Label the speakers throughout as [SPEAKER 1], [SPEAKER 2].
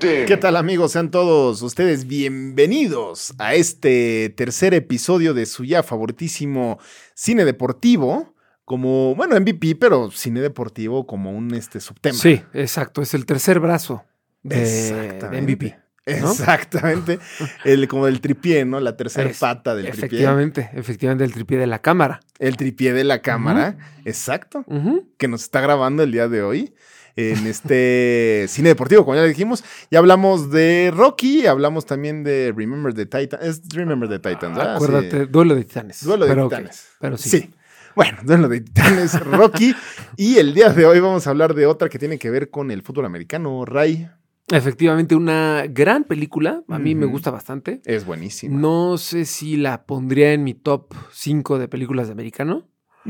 [SPEAKER 1] ding.
[SPEAKER 2] ¿Qué tal amigos? Sean todos ustedes bienvenidos a este tercer episodio de su ya favoritísimo cine deportivo, como, bueno, MVP, pero cine deportivo como un este subtema.
[SPEAKER 3] Sí, eh, exacto. Es el tercer brazo de,
[SPEAKER 2] Exactamente.
[SPEAKER 3] de MVP. ¿no?
[SPEAKER 2] Exactamente. El, como el tripié, ¿no? La tercera
[SPEAKER 3] Es-
[SPEAKER 2] pata del tripié.
[SPEAKER 3] efectivamente, efectivamente, el tripié de la cámara.
[SPEAKER 2] El tripié de la cámara. Exacto.
[SPEAKER 3] Ujú.
[SPEAKER 2] que nos está grabando el día de hoy en este cine deportivo, como ya le dijimos. Ya hablamos de Rocky, hablamos también de Remember the Titans. Es Remember the Titans, ¿verdad?
[SPEAKER 3] Acuérdate,
[SPEAKER 2] Ah, Sí.
[SPEAKER 3] duelo de titanes.
[SPEAKER 2] Duelo de
[SPEAKER 3] Pero ok,
[SPEAKER 2] Titanes.
[SPEAKER 3] pero sí.
[SPEAKER 2] sí. Bueno, duelo de Titanes, Rocky. y el día de hoy vamos a hablar de otra que tiene que ver con el fútbol americano. Ray
[SPEAKER 3] Efectivamente, una gran película. A mí me
[SPEAKER 2] Ujú.
[SPEAKER 3] gusta bastante.
[SPEAKER 2] es buenísimo.
[SPEAKER 3] No sé si la pondría en mi top 5 de películas de americano,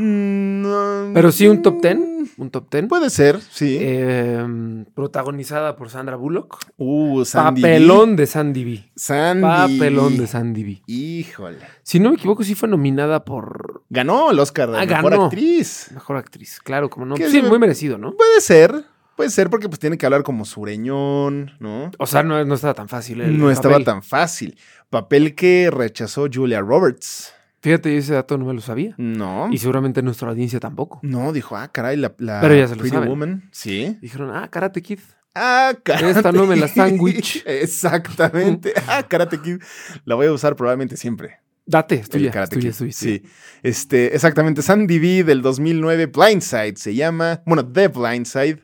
[SPEAKER 3] Mm, pero sí un top 10. Un top 10.
[SPEAKER 2] mm, Puede ser, sí.
[SPEAKER 3] Eh, protagonizada por Sandra Bullock.
[SPEAKER 2] uh, Sandy B.
[SPEAKER 3] Papelón de Sandy B.
[SPEAKER 2] Sandy.
[SPEAKER 3] Papelón de Sandy B.
[SPEAKER 2] Híjole.
[SPEAKER 3] Si no me equivoco, sí fue nominada por
[SPEAKER 2] Ganó el Oscar de
[SPEAKER 3] Ah,
[SPEAKER 2] mejor
[SPEAKER 3] ganó.
[SPEAKER 2] actriz.
[SPEAKER 3] mejor actriz. Claro, como no.
[SPEAKER 2] ¿Qué
[SPEAKER 3] Sí,
[SPEAKER 2] se ve?
[SPEAKER 3] muy merecido, ¿no?
[SPEAKER 2] Puede ser, puede ser porque pues tiene que hablar como sureñón, ¿no?
[SPEAKER 3] O sea, no, no estaba tan fácil. el
[SPEAKER 2] no estaba
[SPEAKER 3] papel.
[SPEAKER 2] tan fácil. Papel que rechazó Julia Roberts.
[SPEAKER 3] Fíjate, yo ese dato no me lo sabía.
[SPEAKER 2] No.
[SPEAKER 3] Y seguramente nuestra audiencia tampoco.
[SPEAKER 2] No, dijo, ah, caray, la, la
[SPEAKER 3] Pero ya se lo saben.
[SPEAKER 2] Woman. Sí.
[SPEAKER 3] Dijeron, ah, Karate Kid.
[SPEAKER 2] Ah, caray.
[SPEAKER 3] Esta no me la sándwich.
[SPEAKER 2] Exactamente. Ah, Karate Kid. La voy a usar probablemente siempre.
[SPEAKER 3] Date, es
[SPEAKER 2] el
[SPEAKER 3] tuya, es
[SPEAKER 2] Karate
[SPEAKER 3] tuya,
[SPEAKER 2] Kid.
[SPEAKER 3] es tuya, sí.
[SPEAKER 2] sí. Este, exactamente. Sandy B del 2009, Blindside se llama. Bueno, The Blindside,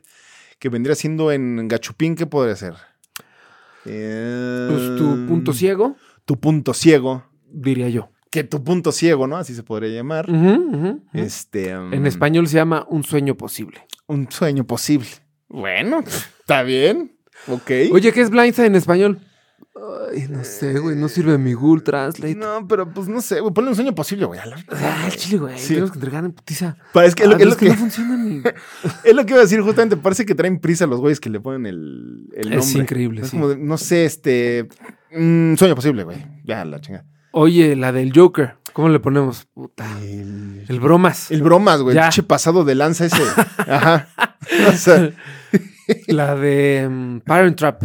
[SPEAKER 2] que vendría siendo en Gachupín, ¿qué podría ser?
[SPEAKER 3] Pues tu punto
[SPEAKER 2] ciego.
[SPEAKER 3] ciego,
[SPEAKER 2] tu punto ciego,
[SPEAKER 3] diría yo.
[SPEAKER 2] que tu punto ciego, ¿no? Así se podría llamar.
[SPEAKER 3] Ujú, ujú, ujú.
[SPEAKER 2] Este, um,
[SPEAKER 3] En español se llama Un sueño posible.
[SPEAKER 2] un sueño posible. Bueno, está bien. Ok.
[SPEAKER 3] Oye, ¿qué es blindside en español? Eh, Ay, no sé, güey, no sirve mi Google Translate.
[SPEAKER 2] no, pero pues no sé, güey, ponle un sueño posible, güey. a la-
[SPEAKER 3] Ah, el chile, güey,
[SPEAKER 2] Sí.
[SPEAKER 3] tenemos que entregar en putiza.
[SPEAKER 2] Pa- Es que, es, lo,
[SPEAKER 3] Ah,
[SPEAKER 2] que- es
[SPEAKER 3] no,
[SPEAKER 2] lo que,
[SPEAKER 3] no funciona ni...
[SPEAKER 2] es lo que iba a decir justamente. Parece que traen prisa los güeyes que le ponen el, el nombre.
[SPEAKER 3] Es increíble,
[SPEAKER 2] Es
[SPEAKER 3] sí.
[SPEAKER 2] como de, no sé, este... mm, sueño posible, güey. Ya, la chingada.
[SPEAKER 3] Oye, la del Joker, ¿cómo le ponemos? Puta.
[SPEAKER 2] El,
[SPEAKER 3] El bromas.
[SPEAKER 2] el bromas, güey. El
[SPEAKER 3] Ya.
[SPEAKER 2] pinche pasado de lanza ese. Ajá. O sea,
[SPEAKER 3] La de mm, Parent Trap.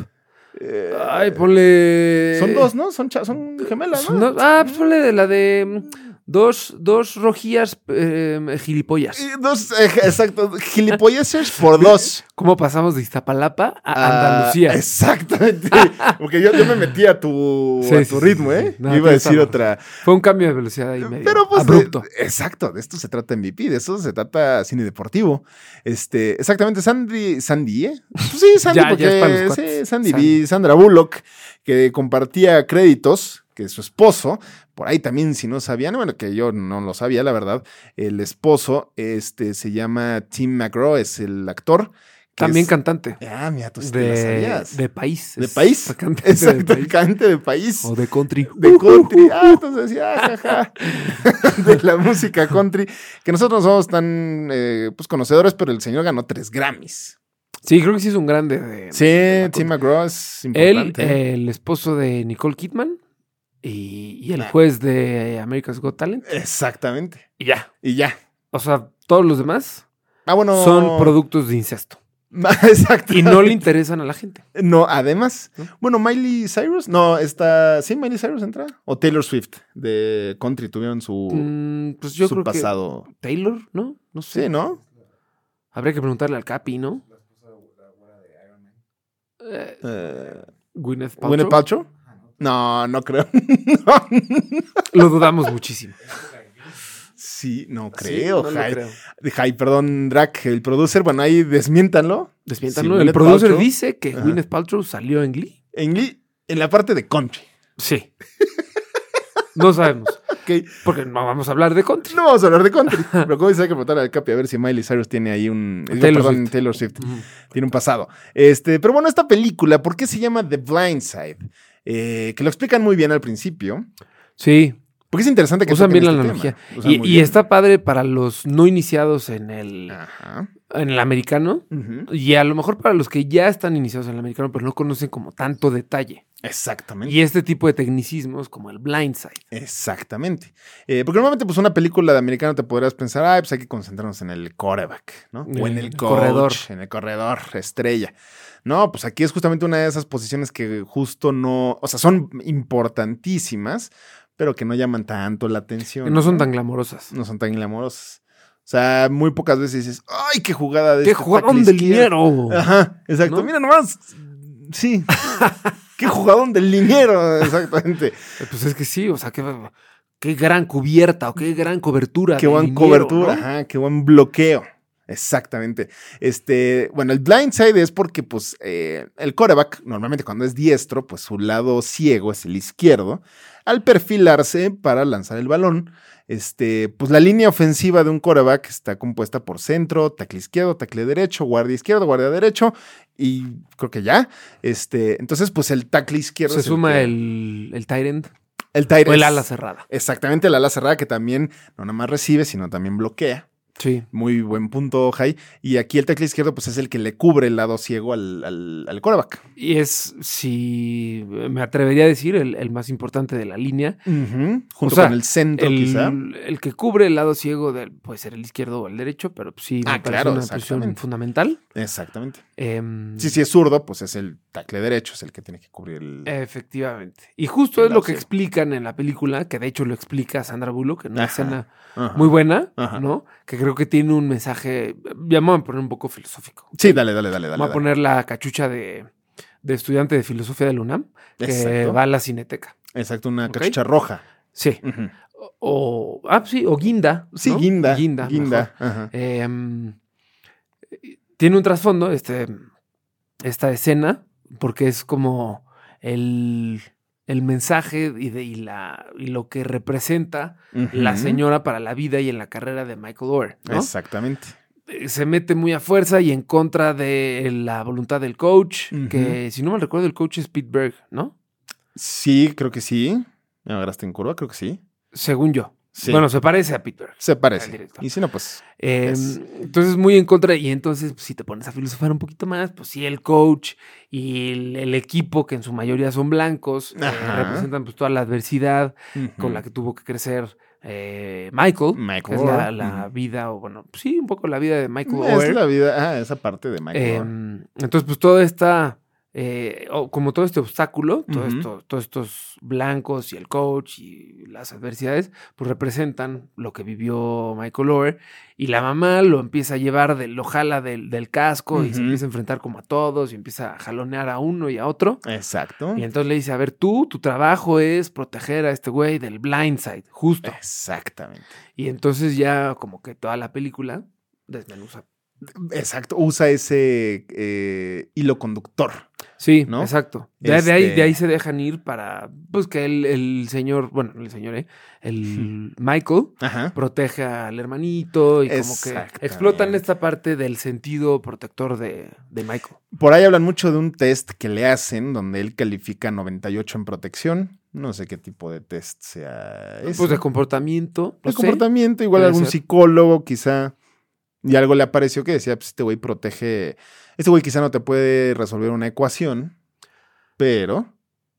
[SPEAKER 2] eh,
[SPEAKER 3] Ay, ponle.
[SPEAKER 2] son dos, ¿no? Son, cha- eh, son gemelas,
[SPEAKER 3] Son
[SPEAKER 2] ¿no?
[SPEAKER 3] dos- Ah, pues ponle de la de mm, dos, dos rojillas eh, gilipollas.
[SPEAKER 2] Y Dos, eh, exacto, gilipolleses por dos.
[SPEAKER 3] ¿Cómo pasamos de Iztapalapa a
[SPEAKER 2] Ah,
[SPEAKER 3] Andalucía?
[SPEAKER 2] Exactamente. Porque yo, yo me metí a tu,
[SPEAKER 3] Sí,
[SPEAKER 2] a
[SPEAKER 3] sí,
[SPEAKER 2] tu
[SPEAKER 3] sí,
[SPEAKER 2] ritmo,
[SPEAKER 3] sí,
[SPEAKER 2] ¿eh?
[SPEAKER 3] sí. No,
[SPEAKER 2] Iba a
[SPEAKER 3] tienes
[SPEAKER 2] decir
[SPEAKER 3] razón.
[SPEAKER 2] otra.
[SPEAKER 3] Fue un cambio de velocidad ahí medio
[SPEAKER 2] Pero pues. de-
[SPEAKER 3] abrupto.
[SPEAKER 2] exacto, de esto se trata MVP, de esto se trata cine deportivo. Este, exactamente, Sandy, Sandy, ¿eh? Pues sí, Sandy,
[SPEAKER 3] Ya, ya
[SPEAKER 2] porque.
[SPEAKER 3] es para los
[SPEAKER 2] sí,
[SPEAKER 3] cuates.
[SPEAKER 2] Sandy B, Sandra Bullock, que compartía créditos, que su esposo, por ahí también, si no sabían, bueno, que yo no lo sabía, la verdad, el esposo, este, se llama Tim McGraw, es el actor. que
[SPEAKER 3] También
[SPEAKER 2] es-
[SPEAKER 3] cantante.
[SPEAKER 2] Ah, mira, tú sí te la
[SPEAKER 3] De,
[SPEAKER 2] sabías.
[SPEAKER 3] de país.
[SPEAKER 2] ¿De
[SPEAKER 3] es
[SPEAKER 2] país?
[SPEAKER 3] Cantante de
[SPEAKER 2] Exacto,
[SPEAKER 3] país.
[SPEAKER 2] cante de país.
[SPEAKER 3] O de country.
[SPEAKER 2] De country. Ah, entonces decía, jaja. De la música country. Que nosotros no somos tan eh, pues, conocedores, pero el señor ganó tres Grammys.
[SPEAKER 3] Sí, creo que sí es un grande. de-
[SPEAKER 2] Sí, Tim McGraw es
[SPEAKER 3] Él, eh,
[SPEAKER 2] importante.
[SPEAKER 3] el esposo de Nicole Kidman y, y el juez de America's Got Talent.
[SPEAKER 2] Exactamente.
[SPEAKER 3] Y ya.
[SPEAKER 2] Y ya.
[SPEAKER 3] O sea, todos los demás
[SPEAKER 2] Ah, bueno.
[SPEAKER 3] son productos de incesto.
[SPEAKER 2] Exacto.
[SPEAKER 3] Y no le interesan a la gente.
[SPEAKER 2] No, además. Bueno, Miley Cyrus. No, está. ¿Sí, Miley Cyrus entra? O Taylor Swift de country tuvieron su,
[SPEAKER 3] Mm, pues yo
[SPEAKER 2] Uh, su
[SPEAKER 3] creo
[SPEAKER 2] pasado.
[SPEAKER 3] que Taylor, ¿no? No sé.
[SPEAKER 2] Sí, ¿no?
[SPEAKER 3] Habría que preguntarle al Capi, ¿no? Eh,
[SPEAKER 2] Eh,
[SPEAKER 3] Gwyneth Paltrow.
[SPEAKER 2] Gwyneth Paltrow? No, no creo. No.
[SPEAKER 3] Lo dudamos muchísimo.
[SPEAKER 2] Sí, no
[SPEAKER 3] Sí,
[SPEAKER 2] creo.
[SPEAKER 3] no lo
[SPEAKER 2] Jai,
[SPEAKER 3] creo.
[SPEAKER 2] Jai, perdón, Drac, el producer, bueno, ahí desmiéntanlo.
[SPEAKER 3] Desmiéntanlo.
[SPEAKER 2] Sí,
[SPEAKER 3] el
[SPEAKER 2] Gwyneth
[SPEAKER 3] producer
[SPEAKER 2] Paltrow.
[SPEAKER 3] dice que
[SPEAKER 2] Ajá.
[SPEAKER 3] Gwyneth Paltrow salió en Glee.
[SPEAKER 2] En, Glee, en la parte de country.
[SPEAKER 3] Sí. No sabemos.
[SPEAKER 2] ok.
[SPEAKER 3] Porque no vamos a hablar de country.
[SPEAKER 2] No vamos a hablar de country, pero como dice, hay que preguntar al Capi a ver si Miley Cyrus tiene ahí un. digo,
[SPEAKER 3] Taylor
[SPEAKER 2] perdón,
[SPEAKER 3] Swift.
[SPEAKER 2] Taylor Swift.
[SPEAKER 3] Ujú.
[SPEAKER 2] Tiene un pasado. Este, pero bueno, esta película, ¿por qué se llama The Blind Side? eh, que lo explican muy bien al principio.
[SPEAKER 3] Sí,
[SPEAKER 2] Porque es interesante que
[SPEAKER 3] usan
[SPEAKER 2] toquen
[SPEAKER 3] bien la
[SPEAKER 2] este
[SPEAKER 3] analogía.
[SPEAKER 2] tema. Usan
[SPEAKER 3] Y-
[SPEAKER 2] muy
[SPEAKER 3] y
[SPEAKER 2] bien. Ah.
[SPEAKER 3] está padre para los no iniciados en el,
[SPEAKER 2] Ajá.
[SPEAKER 3] en el americano.
[SPEAKER 2] Ujú.
[SPEAKER 3] Y a lo mejor para los que ya están iniciados en el americano, pero no conocen como tanto detalle.
[SPEAKER 2] Exactamente.
[SPEAKER 3] Y este tipo de tecnicismos, como el blindside.
[SPEAKER 2] Exactamente. Eh, porque normalmente, pues, una película de americano te podrás pensar, ah, pues hay que concentrarnos en el coreback, ¿no? O en
[SPEAKER 3] En
[SPEAKER 2] el,
[SPEAKER 3] el
[SPEAKER 2] corredor.
[SPEAKER 3] corredor.
[SPEAKER 2] En el corredor, estrella. No, pues aquí es justamente una de esas posiciones que justo no, o sea, son importantísimas, pero que no llaman tanto la atención.
[SPEAKER 3] No son tan glamorosas.
[SPEAKER 2] No son tan glamorosas. O sea, muy pocas veces dices, ay, qué jugada de Ah.
[SPEAKER 3] ¡Qué
[SPEAKER 2] este
[SPEAKER 3] jugadón
[SPEAKER 2] tackle
[SPEAKER 3] del
[SPEAKER 2] izquierdo".
[SPEAKER 3] dinero!
[SPEAKER 2] Ajá, exacto.
[SPEAKER 3] ¿No?
[SPEAKER 2] Mira nomás. Sí. qué jugadón del liniero, exactamente.
[SPEAKER 3] Pues es que sí, o sea, qué, qué gran cubierta o qué gran cobertura.
[SPEAKER 2] Qué
[SPEAKER 3] del
[SPEAKER 2] buen
[SPEAKER 3] liniero,
[SPEAKER 2] cobertura,
[SPEAKER 3] ¿no?
[SPEAKER 2] ajá, qué buen bloqueo. Exactamente. Este, bueno, el blindside es porque, pues, eh, el coreback, normalmente cuando es diestro, pues su lado ciego es el izquierdo. Al perfilarse para lanzar el balón, este, pues la línea ofensiva de un coreback está compuesta por centro, tackle izquierdo, tackle derecho, guardia izquierdo, guardia derecho, y creo que ya. Este, entonces, pues el tackle izquierdo.
[SPEAKER 3] Se
[SPEAKER 2] es
[SPEAKER 3] suma
[SPEAKER 2] que-
[SPEAKER 3] el, el tight end
[SPEAKER 2] el, tight
[SPEAKER 3] o el
[SPEAKER 2] end.
[SPEAKER 3] ala cerrada.
[SPEAKER 2] Exactamente, el ala cerrada que también no nada más recibe, sino también bloquea.
[SPEAKER 3] Sí.
[SPEAKER 2] Muy buen punto, Jai. Y aquí el tackle izquierdo, pues es el que le cubre el lado ciego al, al, al coreback.
[SPEAKER 3] Y es, si me atrevería a decir, el, el más importante de la línea.
[SPEAKER 2] Junto
[SPEAKER 3] O sea,
[SPEAKER 2] con el centro, quizá.
[SPEAKER 3] El, el que cubre el lado ciego del, puede ser el izquierdo o el derecho, pero pues sí, me
[SPEAKER 2] Ah,
[SPEAKER 3] parece
[SPEAKER 2] claro,
[SPEAKER 3] una posición
[SPEAKER 2] exactamente.
[SPEAKER 3] fundamental.
[SPEAKER 2] Exactamente.
[SPEAKER 3] Em,
[SPEAKER 2] Si si es zurdo, pues es el tackle derecho, es el que tiene que cubrir el.
[SPEAKER 3] Eh, Efectivamente. Y justo
[SPEAKER 2] El
[SPEAKER 3] es lo
[SPEAKER 2] lado
[SPEAKER 3] que
[SPEAKER 2] ciego.
[SPEAKER 3] explican en la película, que de hecho lo explica Sandra Bullock en una
[SPEAKER 2] Ajá.
[SPEAKER 3] escena
[SPEAKER 2] Ajá.
[SPEAKER 3] muy buena,
[SPEAKER 2] Ajá.
[SPEAKER 3] ¿no? Que creo que tiene un mensaje, ya me voy a poner un poco filosófico.
[SPEAKER 2] Sí, dale, dale, dale. dale,
[SPEAKER 3] Voy a poner la cachucha de, de estudiante de filosofía de la UNAM, que
[SPEAKER 2] Exacto.
[SPEAKER 3] va a la cineteca.
[SPEAKER 2] dale. Exacto, una
[SPEAKER 3] Ok.
[SPEAKER 2] cachucha roja.
[SPEAKER 3] Sí.
[SPEAKER 2] Ujú.
[SPEAKER 3] O, ah, sí, o guinda.
[SPEAKER 2] Sí,
[SPEAKER 3] ¿no?
[SPEAKER 2] guinda.
[SPEAKER 3] Guinda. mejor.
[SPEAKER 2] Guinda. Ajá.
[SPEAKER 3] Eh, tiene un trasfondo, este, esta escena, porque es como el, el mensaje y, de, y la, y lo que representa la
[SPEAKER 2] Ujú.
[SPEAKER 3] señora para la vida y en la carrera de Michael Orr. ¿no?
[SPEAKER 2] Exactamente.
[SPEAKER 3] Eh, Se mete muy a fuerza y en contra de la voluntad del coach,
[SPEAKER 2] Ujú.
[SPEAKER 3] que si no mal recuerdo, el coach es Pete Berg, ¿no?
[SPEAKER 2] Sí, creo que sí. ¿Me agarraste en curva? Creo que sí.
[SPEAKER 3] Según yo.
[SPEAKER 2] Sí.
[SPEAKER 3] Bueno, se parece a Pete Berg.
[SPEAKER 2] Se
[SPEAKER 3] Al
[SPEAKER 2] parece.
[SPEAKER 3] director.
[SPEAKER 2] Y si no, pues.
[SPEAKER 3] Eh,
[SPEAKER 2] Es-
[SPEAKER 3] Entonces, muy en contra. Y entonces, pues, si te pones a filosofar un poquito más, pues sí, el coach y el, el equipo, que en su mayoría son blancos, eh,
[SPEAKER 2] Ajá. Mm.
[SPEAKER 3] representan pues, toda la adversidad con la que tuvo que crecer eh, Michael.
[SPEAKER 2] Michael
[SPEAKER 3] que es la,
[SPEAKER 2] Orr.
[SPEAKER 3] la
[SPEAKER 2] Ujú.
[SPEAKER 3] vida, o bueno, sí, un poco la vida de Michael
[SPEAKER 2] Es
[SPEAKER 3] Orr.
[SPEAKER 2] la vida. Ah, esa parte de Michael. Orr.
[SPEAKER 3] Em, entonces, pues todo está, eh, o como todo este obstáculo, todo
[SPEAKER 2] Ujú.
[SPEAKER 3] esto- todos estos blancos y el coach y las adversidades, pues representan lo que vivió Michael Orr. Y la mamá lo empieza a llevar, del, lo jala del, del casco y
[SPEAKER 2] Ujú.
[SPEAKER 3] se empieza a enfrentar como a todos y empieza a jalonear a uno y a otro.
[SPEAKER 2] Exacto.
[SPEAKER 3] Y entonces le dice, a ver, tú, tu trabajo es proteger a este güey del blindside, justo.
[SPEAKER 2] Exactamente.
[SPEAKER 3] Y entonces ya como que toda la película desmenuza.
[SPEAKER 2] Exacto. Usa ese eh, hilo conductor.
[SPEAKER 3] Sí,
[SPEAKER 2] ¿no?
[SPEAKER 3] exacto. Ya de, ahí,
[SPEAKER 2] Este-
[SPEAKER 3] de ahí se dejan ir para pues que el, el señor, bueno, el señor, ¿eh? el Michael
[SPEAKER 2] Ajá.
[SPEAKER 3] protege al hermanito y como
[SPEAKER 2] Exactamente.
[SPEAKER 3] que explotan esta parte del sentido protector de, de Michael.
[SPEAKER 2] Por ahí hablan mucho de un test que le hacen donde él califica 98 en protección. No sé qué tipo de test sea ese.
[SPEAKER 3] Pues de comportamiento. no
[SPEAKER 2] De
[SPEAKER 3] sé.
[SPEAKER 2] comportamiento, igual
[SPEAKER 3] Puede
[SPEAKER 2] algún
[SPEAKER 3] ser.
[SPEAKER 2] psicólogo quizá. Y algo le apareció que decía, pues este güey protege, este güey quizá no te puede resolver una ecuación, pero...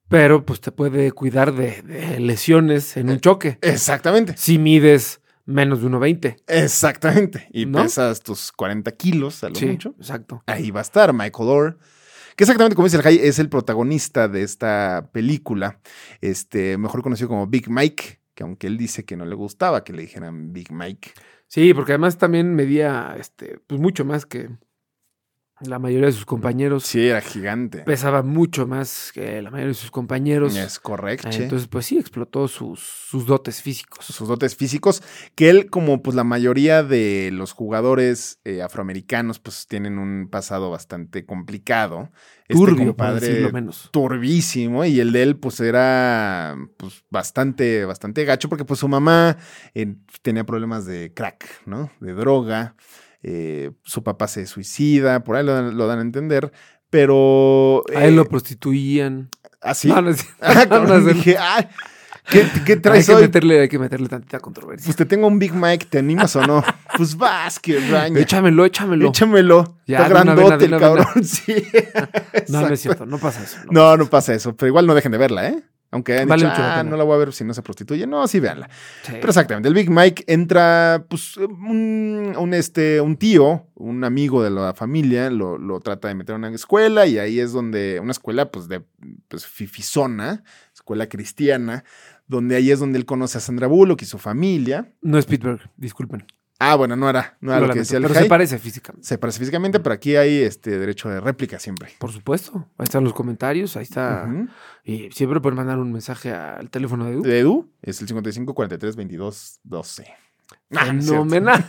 [SPEAKER 3] Pero pues te puede cuidar de, de lesiones en un choque.
[SPEAKER 2] Exactamente,
[SPEAKER 3] Si mides menos de 1.20.
[SPEAKER 2] exactamente. Y
[SPEAKER 3] ¿No?
[SPEAKER 2] pesas tus 40 kilos a lo
[SPEAKER 3] Sí,
[SPEAKER 2] mucho.
[SPEAKER 3] exacto.
[SPEAKER 2] Ahí va a estar Michael Orr, que exactamente como dice el Jai, es el protagonista de esta película, este, mejor conocido como Big Mike, que aunque él dice que no le gustaba que le dijeran Big Mike.
[SPEAKER 3] Sí, porque además también medía este, pues mucho más que la mayoría
[SPEAKER 2] Mm.
[SPEAKER 3] de sus compañeros.
[SPEAKER 2] Sí, era gigante.
[SPEAKER 3] pesaba mucho más que la mayoría de sus compañeros.
[SPEAKER 2] Es correcto.
[SPEAKER 3] Eh, Entonces, pues sí, explotó sus, sus dotes físicos.
[SPEAKER 2] sus dotes físicos, que él, como pues la mayoría de los jugadores eh, afroamericanos, pues tienen un pasado bastante complicado. Este
[SPEAKER 3] Turbio, para
[SPEAKER 2] compadre
[SPEAKER 3] decirlo menos.
[SPEAKER 2] turbísimo y el de él pues era pues bastante bastante gacho porque pues su mamá eh, tenía problemas de crack, ¿no? De droga, eh, su papá se suicida, por ahí lo, dan- lo dan a entender, pero...
[SPEAKER 3] A él
[SPEAKER 2] eh,
[SPEAKER 3] lo prostituían.
[SPEAKER 2] ¿Así?
[SPEAKER 3] No, no es cierto.
[SPEAKER 2] Ah, cabrón,
[SPEAKER 3] No, no es
[SPEAKER 2] dije, ay, ¿qué, qué
[SPEAKER 3] Hay
[SPEAKER 2] traes
[SPEAKER 3] que,
[SPEAKER 2] hoy?
[SPEAKER 3] meterle, hay que meterle tantita controversia.
[SPEAKER 2] Pues te tengo un Big Mike, ¿te animas o no? pues vas, que raña.
[SPEAKER 3] Échamelo, échamelo.
[SPEAKER 2] Échamelo.
[SPEAKER 3] Ya,
[SPEAKER 2] Está
[SPEAKER 3] de una
[SPEAKER 2] grandote
[SPEAKER 3] vena,
[SPEAKER 2] el
[SPEAKER 3] de una vena.
[SPEAKER 2] cabrón. Sí.
[SPEAKER 3] no, no
[SPEAKER 2] Exacto.
[SPEAKER 3] es cierto, no pasa eso. no.
[SPEAKER 2] No, no pasa eso. Pero igual no dejen de verla, ¿eh? Aunque hayan
[SPEAKER 3] Vale
[SPEAKER 2] dicho,
[SPEAKER 3] mucho la
[SPEAKER 2] "Ah,
[SPEAKER 3] pena". Eh.
[SPEAKER 2] no la voy a ver si no se prostituye. No, sí, véanla.
[SPEAKER 3] Sí.
[SPEAKER 2] Pero exactamente, el Big Mike entra, pues, un, un, este, un tío, un amigo de la familia, lo, lo trata de meter a una escuela y ahí es donde, una escuela, pues, de, pues, fifizona, escuela cristiana, donde ahí es donde él conoce a Sandra Bullock y su familia.
[SPEAKER 3] No es Pittsburgh, disculpen.
[SPEAKER 2] Ah, bueno, no era, no
[SPEAKER 3] Lo
[SPEAKER 2] era lo, que
[SPEAKER 3] lamento,
[SPEAKER 2] decía el
[SPEAKER 3] pero
[SPEAKER 2] Jai.
[SPEAKER 3] se Mm. parece físicamente.
[SPEAKER 2] Se parece físicamente, pero aquí hay este derecho de réplica siempre.
[SPEAKER 3] Por supuesto. Ahí están los comentarios, ahí está.
[SPEAKER 2] Ujú.
[SPEAKER 3] Y siempre pueden mandar un mensaje al teléfono de Edu.
[SPEAKER 2] De Edu es el 55 43 22 12. Ah, no es cierto.
[SPEAKER 3] Fenomenal.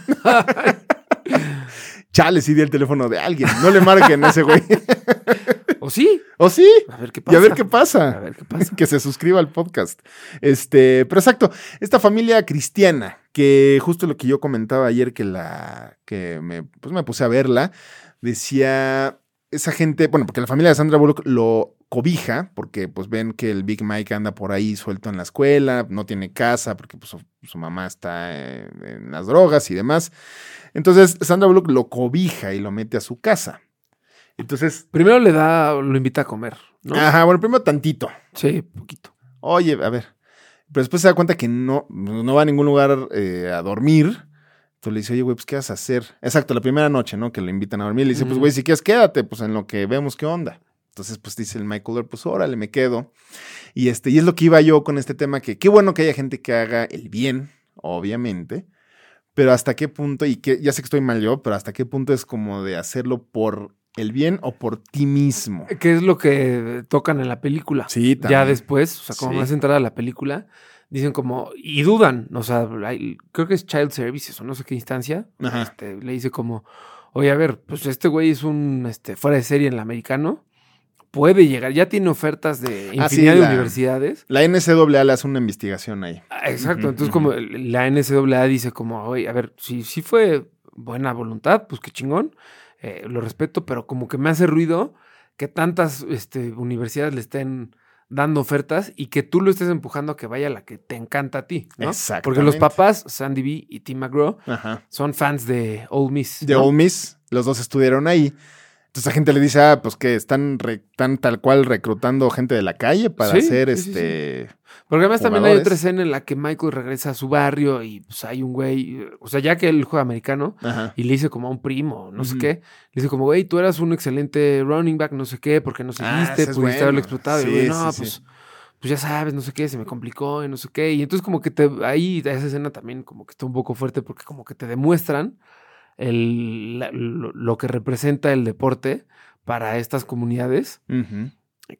[SPEAKER 2] Chale, sí di el teléfono de alguien. No le marquen a ese güey.
[SPEAKER 3] ¿O sí?
[SPEAKER 2] ¿O sí?
[SPEAKER 3] A ver qué pasa.
[SPEAKER 2] Y a ver qué pasa.
[SPEAKER 3] A ver qué pasa.
[SPEAKER 2] que se suscriba al podcast. Este, pero exacto, esta familia cristiana, que justo lo que yo comentaba ayer que la que me, pues me puse a verla, decía esa gente, bueno, porque la familia de Sandra Bullock lo cobija, porque pues ven que el Big Mike anda por ahí suelto en la escuela, no tiene casa, porque pues, su, su mamá está eh, en las drogas y demás. Entonces Sandra Bullock lo cobija y lo mete a su casa. Entonces,
[SPEAKER 3] Primero le da, lo invita a comer, ¿no?
[SPEAKER 2] ajá, bueno, primero tantito,
[SPEAKER 3] Sí, poquito.
[SPEAKER 2] Oye, a ver. Pero después se da cuenta que no, pues, no va a ningún lugar eh, a dormir. Entonces le dice, oye, güey, pues, ¿qué vas a hacer? Exacto, la primera noche, ¿no? Que lo invitan a dormir. Le dice, pues,
[SPEAKER 3] Mm.
[SPEAKER 2] güey, si quieres, quédate, pues, en lo que vemos qué onda. Entonces, pues, dice el Michael Lord, pues, órale, me quedo. Y, este, y es lo que iba yo con este tema, que qué bueno que haya gente que haga el bien, obviamente. Pero hasta qué punto, y que ya sé que estoy mal yo, pero hasta qué punto es como de hacerlo por el bien o por ti mismo.
[SPEAKER 3] ¿Qué es lo que tocan en la película?
[SPEAKER 2] Sí, también.
[SPEAKER 3] Ya después, o sea, como
[SPEAKER 2] Sí.
[SPEAKER 3] más entrada a la película, dicen como, y dudan, o sea, hay- creo que es Child Services o no sé qué instancia,
[SPEAKER 2] Ajá.
[SPEAKER 3] este, le dice como, oye, a ver, pues este güey es un este, fuera de serie en el americano, puede llegar, ya tiene ofertas de infinidad
[SPEAKER 2] Ah, sí,
[SPEAKER 3] de
[SPEAKER 2] la-
[SPEAKER 3] universidades.
[SPEAKER 2] La NCAA le hace una investigación ahí.
[SPEAKER 3] Ah, Exacto,
[SPEAKER 2] Ujú,
[SPEAKER 3] entonces como el- la NCAA dice como, oye, a ver, si, si fue buena voluntad, pues qué chingón, eh, lo respeto, pero como que me hace ruido que tantas este, universidades le estén dando ofertas y que tú lo estés empujando a que vaya la que te encanta a ti, ¿no? Porque los
[SPEAKER 2] Exactamente.
[SPEAKER 3] papás, Sandy B y Tim McGraw,
[SPEAKER 2] Ajá.
[SPEAKER 3] son fans de Old Miss.
[SPEAKER 2] De
[SPEAKER 3] ¿no?
[SPEAKER 2] Ole Miss, los dos estudiaron ahí. Entonces la gente le dice, ah, pues que están, re- están tal cual reclutando gente de la calle para
[SPEAKER 3] Sí,
[SPEAKER 2] hacer
[SPEAKER 3] sí, sí,
[SPEAKER 2] este.
[SPEAKER 3] Porque además también hay otra
[SPEAKER 2] jugadores.
[SPEAKER 3] escena en la que Michael regresa a su barrio y pues hay un güey, o sea, ya que él juega americano,
[SPEAKER 2] Ajá.
[SPEAKER 3] y le dice como a un primo, no sé
[SPEAKER 2] Ujú.
[SPEAKER 3] qué, le dice como, güey, tú eras un excelente running back, no sé qué, porque no
[SPEAKER 2] Ah,
[SPEAKER 3] seguiste,
[SPEAKER 2] ese es
[SPEAKER 3] pudiste haberlo
[SPEAKER 2] bueno.
[SPEAKER 3] explotado. y
[SPEAKER 2] Sí,
[SPEAKER 3] el güey, no,
[SPEAKER 2] sí,
[SPEAKER 3] pues,
[SPEAKER 2] sí.
[SPEAKER 3] pues ya sabes, no sé qué, se me complicó y no sé qué. Y entonces como que te, ahí esa escena también como que está un poco fuerte porque como que te demuestran el, la- lo, lo que representa el deporte para estas comunidades,
[SPEAKER 2] Ujú.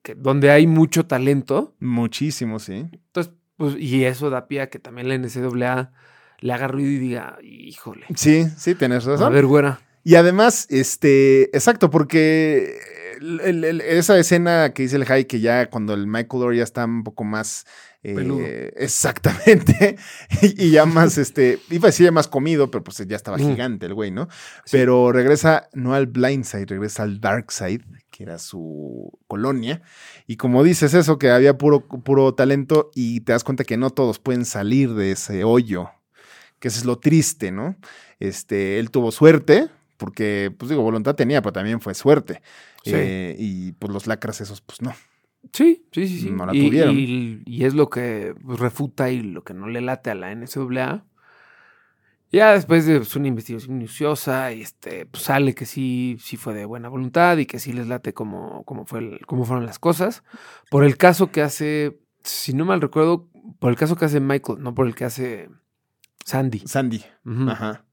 [SPEAKER 3] que, donde hay mucho talento.
[SPEAKER 2] Muchísimo, sí.
[SPEAKER 3] Entonces, pues, y eso da pie a que también la NCAA le haga ruido y diga, híjole,
[SPEAKER 2] Sí, sí, tienes razón.
[SPEAKER 3] a ver, güera.
[SPEAKER 2] Y además, este, exacto, porque el- el- el- esa escena que dice el High, que ya cuando el Michael Orr ya está un poco más. eh,
[SPEAKER 3] Peludo.
[SPEAKER 2] Exactamente. y, y ya más, este, iba a decir ya más comido, pero pues ya estaba
[SPEAKER 3] Mm.
[SPEAKER 2] gigante el güey, ¿no? Pero regresa no al Blind Side, regresa al Dark Side, que era su colonia. Y como dices eso, que había puro, puro talento y te das cuenta que no todos pueden salir de ese hoyo, que eso es lo triste, ¿no? Este, él tuvo suerte, porque, pues digo, voluntad tenía, pero también fue suerte.
[SPEAKER 3] Sí.
[SPEAKER 2] Eh, y pues los lacras esos, pues no.
[SPEAKER 3] Sí, sí, sí. sí.
[SPEAKER 2] No la
[SPEAKER 3] y,
[SPEAKER 2] tuvieron.
[SPEAKER 3] y- y es lo que pues, refuta y lo que no le late a la NCAA. Ya después de pues, una investigación minuciosa, este, pues, sale que sí, sí fue de buena voluntad y que sí les late cómo, cómo, fue el- cómo fueron las cosas. Por el caso que hace, si no mal recuerdo, por el caso que hace Michael, no por el que hace Sandy.
[SPEAKER 2] Sandy.
[SPEAKER 3] Ujú.
[SPEAKER 2] Ajá.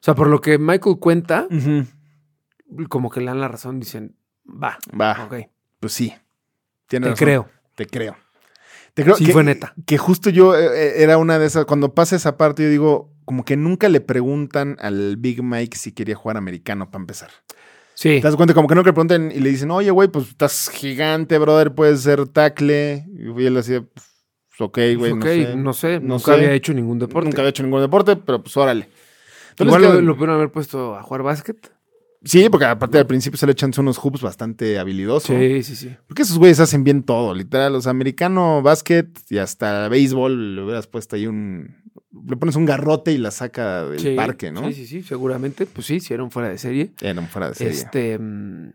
[SPEAKER 3] O sea, por lo que Michael cuenta,
[SPEAKER 2] Ujú.
[SPEAKER 3] como que le dan la razón, dicen, va,
[SPEAKER 2] Va,
[SPEAKER 3] ok,
[SPEAKER 2] pues sí. Tiene
[SPEAKER 3] te
[SPEAKER 2] razón.
[SPEAKER 3] creo.
[SPEAKER 2] Te creo. Te creo
[SPEAKER 3] Sí,
[SPEAKER 2] que,
[SPEAKER 3] fue neta.
[SPEAKER 2] Que justo yo eh, eh, era una de esas. Cuando pasa esa parte, yo digo, como que nunca le preguntan al Big Mike si quería jugar americano para empezar.
[SPEAKER 3] Sí.
[SPEAKER 2] Te das cuenta, como que nunca le preguntan y le dicen, oye, güey, pues estás gigante, brother, puedes ser tackle. Y él hacía, pues ok, güey,
[SPEAKER 3] ok,
[SPEAKER 2] no sé.
[SPEAKER 3] no sé,
[SPEAKER 2] no
[SPEAKER 3] nunca
[SPEAKER 2] sé.
[SPEAKER 3] había hecho ningún deporte.
[SPEAKER 2] Nunca había hecho ningún deporte, pero pues órale. Entonces,
[SPEAKER 3] Igual
[SPEAKER 2] ¿qué-
[SPEAKER 3] lo, lo pudieron haber puesto a jugar básquet.
[SPEAKER 2] Sí, porque aparte al principio se le echan unos hoops bastante habilidosos.
[SPEAKER 3] Sí, sí, sí.
[SPEAKER 2] Porque esos güeyes hacen bien todo, literal. Los americano básquet y hasta béisbol le hubieras puesto ahí un. Le pones un garrote y la saca del
[SPEAKER 3] Sí,
[SPEAKER 2] parque, ¿no?
[SPEAKER 3] Sí, sí, sí, seguramente. Pues sí, hicieron fuera de serie.
[SPEAKER 2] Eh, no, fuera de serie.
[SPEAKER 3] Este. mm,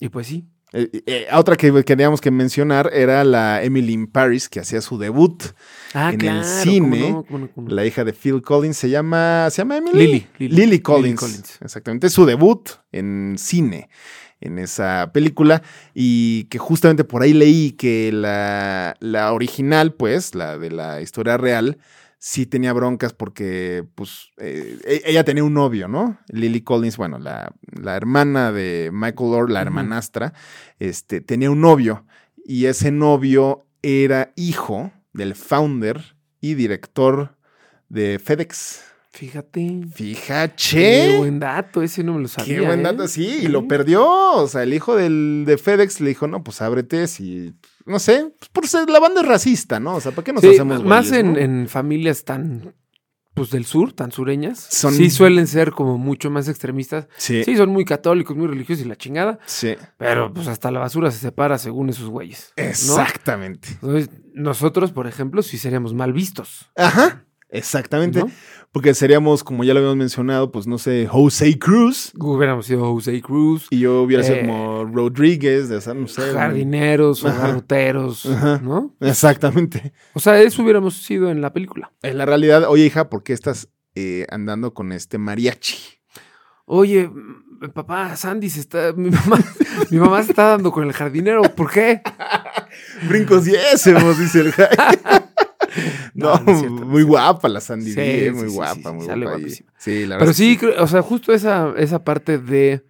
[SPEAKER 3] Y pues sí.
[SPEAKER 2] Eh, eh, otra que queríamos que mencionar era la Emily in Paris, que hacía su debut.
[SPEAKER 3] Ah,
[SPEAKER 2] En el
[SPEAKER 3] claro. ¿cómo
[SPEAKER 2] cine,
[SPEAKER 3] no? ¿Cómo no? ¿Cómo no?
[SPEAKER 2] La hija de Phil Collins se llama. ¿Se llama Emily?
[SPEAKER 3] Lily, Lily.
[SPEAKER 2] Lily, Collins.
[SPEAKER 3] Lily Collins.
[SPEAKER 2] Exactamente. Es su debut en cine, en esa película. Y que justamente por ahí leí que la, la original, pues, la de la historia real, sí tenía broncas porque, pues, eh, e- ella tenía un novio, ¿no? Lily Collins, bueno, la, la hermana de Michael Orr, la
[SPEAKER 3] Ujú.
[SPEAKER 2] hermanastra, este, tenía un novio y ese novio era hijo del founder y director de FedEx.
[SPEAKER 3] Fíjate. Qué
[SPEAKER 2] Fíjate.
[SPEAKER 3] buen dato, ese no me lo
[SPEAKER 2] Qué
[SPEAKER 3] sabía.
[SPEAKER 2] buen
[SPEAKER 3] ¿eh?
[SPEAKER 2] dato, sí, y lo perdió. O sea, el hijo del, de FedEx le dijo, no, pues ábrete, si, no sé, pues, por ser la banda es racista, ¿no? O sea, ¿para qué nos
[SPEAKER 3] Sí,
[SPEAKER 2] hacemos
[SPEAKER 3] más
[SPEAKER 2] güeyes,
[SPEAKER 3] en,
[SPEAKER 2] no?
[SPEAKER 3] en familias tan pues del sur, tan sureñas,
[SPEAKER 2] Son- Eh.
[SPEAKER 3] sí suelen ser como mucho más extremistas.
[SPEAKER 2] Sí,
[SPEAKER 3] Sí, son muy católicos, muy religiosos y la chingada,
[SPEAKER 2] sí,
[SPEAKER 3] pero pues hasta la basura se separa según esos güeyes. ¿no?
[SPEAKER 2] exactamente.
[SPEAKER 3] Entonces, nosotros, por ejemplo, sí seríamos mal vistos.
[SPEAKER 2] Ajá, exactamente.
[SPEAKER 3] ¿no?
[SPEAKER 2] Porque seríamos, como ya lo habíamos mencionado, pues no sé, Jose Cruz.
[SPEAKER 3] Hubiéramos sido Jose Cruz,
[SPEAKER 2] Y yo hubiera sido
[SPEAKER 3] Eh,
[SPEAKER 2] como Rodríguez, de esa, no sé.
[SPEAKER 3] jardineros, o
[SPEAKER 2] Ajá.
[SPEAKER 3] garroteros,
[SPEAKER 2] Ajá.
[SPEAKER 3] ¿no?
[SPEAKER 2] Exactamente.
[SPEAKER 3] O sea, eso hubiéramos sido en la película.
[SPEAKER 2] En la realidad, oye, hija, ¿por qué estás eh, andando con este mariachi?
[SPEAKER 3] Oye, m- papá, Sandy se está, mi mamá, mi mamá se está dando con el jardinero, ¿por qué?
[SPEAKER 2] Brincos y ese, nos dice el Jai. No,
[SPEAKER 3] No, no es cierto, no
[SPEAKER 2] muy guapa la Sandy
[SPEAKER 3] Sí,
[SPEAKER 2] B,
[SPEAKER 3] sí,
[SPEAKER 2] muy
[SPEAKER 3] sí,
[SPEAKER 2] guapa,
[SPEAKER 3] sí, sí,
[SPEAKER 2] muy
[SPEAKER 3] sale
[SPEAKER 2] guapa. y-
[SPEAKER 3] guapísima.
[SPEAKER 2] Sí, la
[SPEAKER 3] Pero
[SPEAKER 2] verdad.
[SPEAKER 3] sí, creo- o sea, justo esa, esa parte de.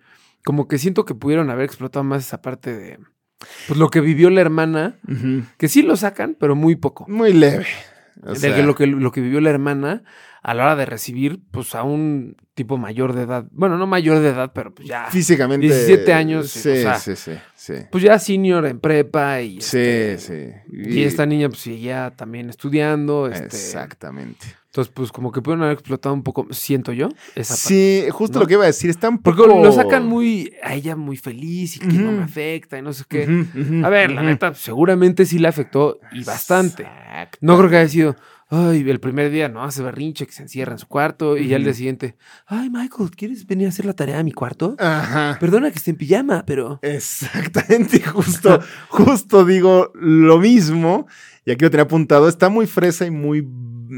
[SPEAKER 3] Como que siento que pudieron haber explotado más esa parte de. Pues lo que vivió la hermana,
[SPEAKER 2] Ujú.
[SPEAKER 3] que sí lo sacan, pero muy poco.
[SPEAKER 2] Muy leve. O
[SPEAKER 3] De
[SPEAKER 2] sea,
[SPEAKER 3] que lo, que lo que vivió la hermana a la hora de recibir, pues a un tipo mayor de edad. Bueno, no mayor de edad, pero pues ya.
[SPEAKER 2] físicamente.
[SPEAKER 3] 17 años,
[SPEAKER 2] Sí,
[SPEAKER 3] o sea,
[SPEAKER 2] sí, sí, sí.
[SPEAKER 3] Pues ya senior en prepa y.
[SPEAKER 2] Sí,
[SPEAKER 3] este,
[SPEAKER 2] sí.
[SPEAKER 3] Y esta niña, pues seguía también estudiando. Este,
[SPEAKER 2] Exactamente.
[SPEAKER 3] Entonces, pues como que pudieron haber explotado un poco, siento yo, esa parte.
[SPEAKER 2] Sí, justo
[SPEAKER 3] ¿no?
[SPEAKER 2] lo que iba a decir, está un
[SPEAKER 3] Porque
[SPEAKER 2] poco...
[SPEAKER 3] lo sacan muy, a ella muy feliz y que no me
[SPEAKER 2] Ujú.
[SPEAKER 3] afecta y no sé qué.
[SPEAKER 2] Ujú, ujú,
[SPEAKER 3] A ver, la
[SPEAKER 2] ujú.
[SPEAKER 3] neta, seguramente sí le afectó y bastante. No creo que haya sido, ay, el primer día, no, hace berrinche, que se encierra en su cuarto y ya el día siguiente, ay, Michael, ¿quieres venir a hacer la tarea a mi cuarto?
[SPEAKER 2] Ajá.
[SPEAKER 3] Perdona que esté en pijama, pero...
[SPEAKER 2] Exactamente, justo, justo digo lo mismo. Y aquí lo tenía apuntado. Está muy fresa y muy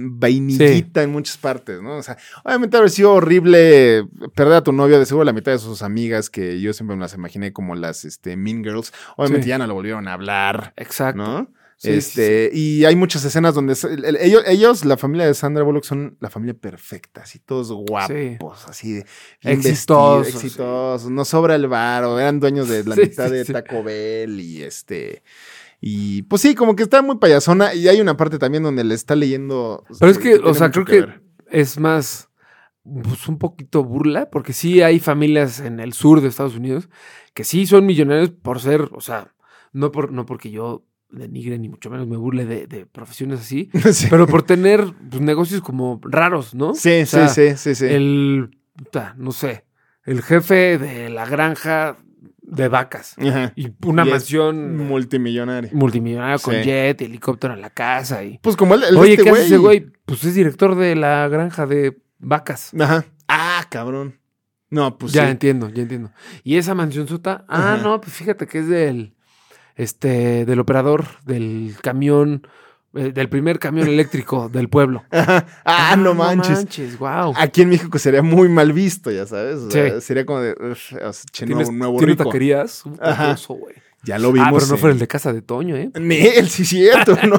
[SPEAKER 2] vainillita en muchas partes, ¿no? O sea, obviamente haber sido horrible perder a tu novia, de seguro la mitad de sus amigas, que yo siempre me las imaginé como las este, Mean Girls. Obviamente
[SPEAKER 3] Sí.
[SPEAKER 2] ya no lo volvieron a hablar,
[SPEAKER 3] Exacto.
[SPEAKER 2] ¿no?
[SPEAKER 3] Sí, sí,
[SPEAKER 2] este, Y hay muchas escenas donde se- el- el- ellos, ellos, la familia de Sandra Bullock, son la familia perfecta, así todos guapos,
[SPEAKER 3] Sí.
[SPEAKER 2] pues, así de bien
[SPEAKER 3] Exitosos,
[SPEAKER 2] vestidos, exitosos, no sobra el bar, o eran dueños de la
[SPEAKER 3] Sí,
[SPEAKER 2] mitad
[SPEAKER 3] sí,
[SPEAKER 2] de
[SPEAKER 3] sí.
[SPEAKER 2] Taco Bell y este. Y pues sí, como que está muy payasona. Y hay una parte también donde le está leyendo. pues,
[SPEAKER 3] Pero es que,
[SPEAKER 2] tiene
[SPEAKER 3] o sea,
[SPEAKER 2] mucho
[SPEAKER 3] creo que,
[SPEAKER 2] ver.
[SPEAKER 3] es más, pues un poquito burla, porque sí hay familias en el sur de Estados Unidos que sí son millonarios por ser, o sea, no, por, no porque yo denigre ni mucho menos me burle de, de profesiones así,
[SPEAKER 2] sí.
[SPEAKER 3] pero por tener pues, negocios como raros, ¿no?
[SPEAKER 2] Sí,
[SPEAKER 3] O sea,
[SPEAKER 2] sí, sí, sí, sí.
[SPEAKER 3] El, puta, no sé, el jefe de la granja de vacas
[SPEAKER 2] Ajá.
[SPEAKER 3] y una
[SPEAKER 2] Y es
[SPEAKER 3] mansión
[SPEAKER 2] Multimillonario.
[SPEAKER 3] multimillonaria con
[SPEAKER 2] Sí.
[SPEAKER 3] jet, helicóptero en la casa y...
[SPEAKER 2] Pues como el, el de
[SPEAKER 3] Oye,
[SPEAKER 2] este
[SPEAKER 3] ¿qué hace ese güey? Pues es director de la granja de vacas.
[SPEAKER 2] Ajá. Ah, cabrón. No, pues
[SPEAKER 3] ya
[SPEAKER 2] sí.
[SPEAKER 3] entiendo, ya entiendo. Y esa mansión sota, ah,
[SPEAKER 2] Ajá.
[SPEAKER 3] no, pues fíjate que es del, este, del operador del camión, eh, del primer camión eléctrico del pueblo.
[SPEAKER 2] Ajá. Ah, no manches.
[SPEAKER 3] wow.
[SPEAKER 2] Aquí en México sería muy mal visto, ya sabes. O sea,
[SPEAKER 3] Sí.
[SPEAKER 2] Sería como de. "Uf, o sea, che,
[SPEAKER 3] ¿Tienes,
[SPEAKER 2] nuevo, nuevo
[SPEAKER 3] ¿tienes
[SPEAKER 2] rico".
[SPEAKER 3] taquerías? Uh,
[SPEAKER 2] Ajá.
[SPEAKER 3] curioso, güey.
[SPEAKER 2] Ya lo vimos.
[SPEAKER 3] Ah, pero no
[SPEAKER 2] en-
[SPEAKER 3] fue el de casa de Toño, ¿eh?
[SPEAKER 2] Nel, sí, cierto, ¿no?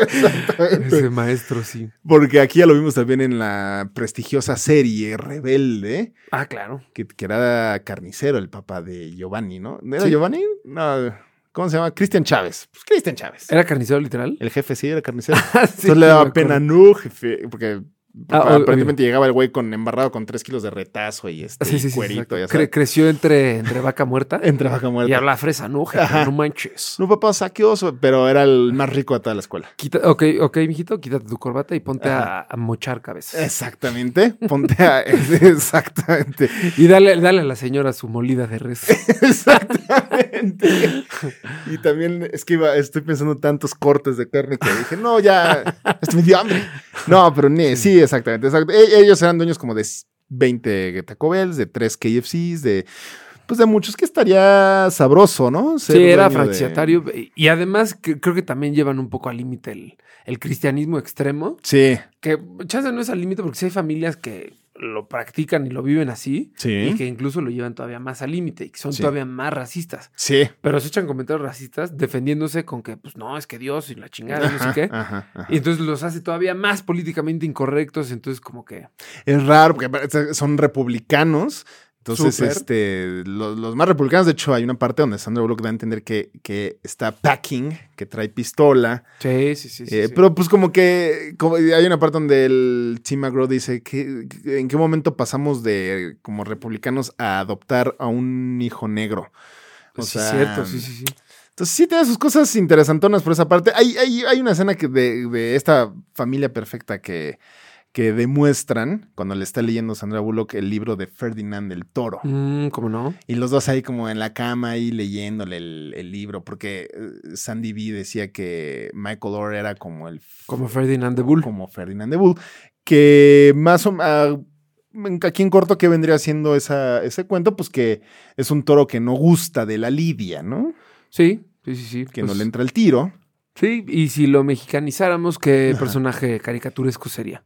[SPEAKER 2] Exactamente.
[SPEAKER 3] Ese maestro, sí.
[SPEAKER 2] Porque aquí ya lo vimos también en la prestigiosa serie Rebelde,
[SPEAKER 3] Ah, claro.
[SPEAKER 2] que, que era carnicero el papá de Giovanni, ¿no? ¿No ¿Era
[SPEAKER 3] Sí.
[SPEAKER 2] Giovanni? No, ¿cómo se llama? Cristian Chávez. Pues Cristian Chávez.
[SPEAKER 3] ¿Era carnicero literal?
[SPEAKER 2] El jefe sí era carnicero.
[SPEAKER 3] Ah, sí,
[SPEAKER 2] Entonces le
[SPEAKER 3] me
[SPEAKER 2] daba
[SPEAKER 3] acuerdo.
[SPEAKER 2] pena, no, jefe, porque
[SPEAKER 3] Ah, obvio,
[SPEAKER 2] aparentemente llegaba el güey con embarrado con tres kilos de retazo y este
[SPEAKER 3] Sí,
[SPEAKER 2] y
[SPEAKER 3] sí, sí,
[SPEAKER 2] cuerito.
[SPEAKER 3] exacto.
[SPEAKER 2] ya
[SPEAKER 3] Cre-
[SPEAKER 2] sabes.
[SPEAKER 3] creció entre, entre vaca muerta.
[SPEAKER 2] Entre vaca muerta.
[SPEAKER 3] Y habla fresa, ¿no? jefe?
[SPEAKER 2] Ajá.
[SPEAKER 3] No manches.
[SPEAKER 2] No, papá, saqueoso, pero era el más rico de toda la escuela.
[SPEAKER 3] Quita- ok, ok, mijito, quítate tu corbata y ponte a, a mochar cabezas.
[SPEAKER 2] Exactamente. Ponte a. Exactamente.
[SPEAKER 3] Y dale, dale a la señora su molida de res.
[SPEAKER 2] Exactamente. Y también es que iba, estoy pensando tantos cortes de carne que dije, no, ya, esto me dio hambre. No, pero ni, sí, exactamente. exacto. E- Ellos eran dueños como de 20 Taco Bells, de 3 KFCs, de. Pues de muchos que estaría sabroso, ¿no? Ser
[SPEAKER 3] sí, era
[SPEAKER 2] dueño de-
[SPEAKER 3] franchiciatario. Y además que- creo que también llevan un poco al límite el, el cristianismo extremo.
[SPEAKER 2] Sí,
[SPEAKER 3] Que chance no es al límite porque sí hay familias que lo practican y lo viven así.
[SPEAKER 2] Sí.
[SPEAKER 3] Y que incluso lo llevan todavía más al límite y que son
[SPEAKER 2] Sí.
[SPEAKER 3] todavía más racistas.
[SPEAKER 2] sí.
[SPEAKER 3] Pero se echan comentarios racistas defendiéndose con que, pues no, es que Dios y la chingada, no sé
[SPEAKER 2] Ajá,
[SPEAKER 3] qué.
[SPEAKER 2] ajá, ajá.
[SPEAKER 3] Y entonces los hace todavía más políticamente incorrectos. Entonces, como que.
[SPEAKER 2] Es raro porque aparte son republicanos. Entonces,
[SPEAKER 3] Súper.
[SPEAKER 2] este, los, los más republicanos, de hecho, hay una parte donde Sandra Bullock da a entender que, que está packing, que trae pistola.
[SPEAKER 3] Sí, sí, sí. sí,
[SPEAKER 2] Eh,
[SPEAKER 3] sí.
[SPEAKER 2] Pero pues como que como- hay una parte donde el Tim McGraw dice que que- en qué momento pasamos de como republicanos a adoptar a un hijo negro. O
[SPEAKER 3] Pues Sí,
[SPEAKER 2] sea,
[SPEAKER 3] cierto, sí, sí, sí.
[SPEAKER 2] Entonces sí tiene sus cosas interesantonas por esa parte. Hay, hay, hay una escena que de, de esta familia perfecta que, que demuestran cuando le está leyendo Sandra Bullock el libro de Ferdinand del Toro.
[SPEAKER 3] Mm, ¿Cómo no?
[SPEAKER 2] Y los dos ahí como en la cama ahí leyéndole el, el libro, porque eh, Sandy B decía que Michael Orr era como el
[SPEAKER 3] Como Ferdinand de Bull.
[SPEAKER 2] como Ferdinand de Bull, que más o ah, en- aquí en corto que vendría siendo esa, ese cuento, pues que es un toro que no gusta de la lidia, ¿no?
[SPEAKER 3] Sí, sí, sí, sí.
[SPEAKER 2] Que no
[SPEAKER 3] pues,
[SPEAKER 2] le entra el tiro.
[SPEAKER 3] Sí, y si lo mexicanizáramos, ¿qué
[SPEAKER 2] Ajá.
[SPEAKER 3] personaje caricaturesco sería?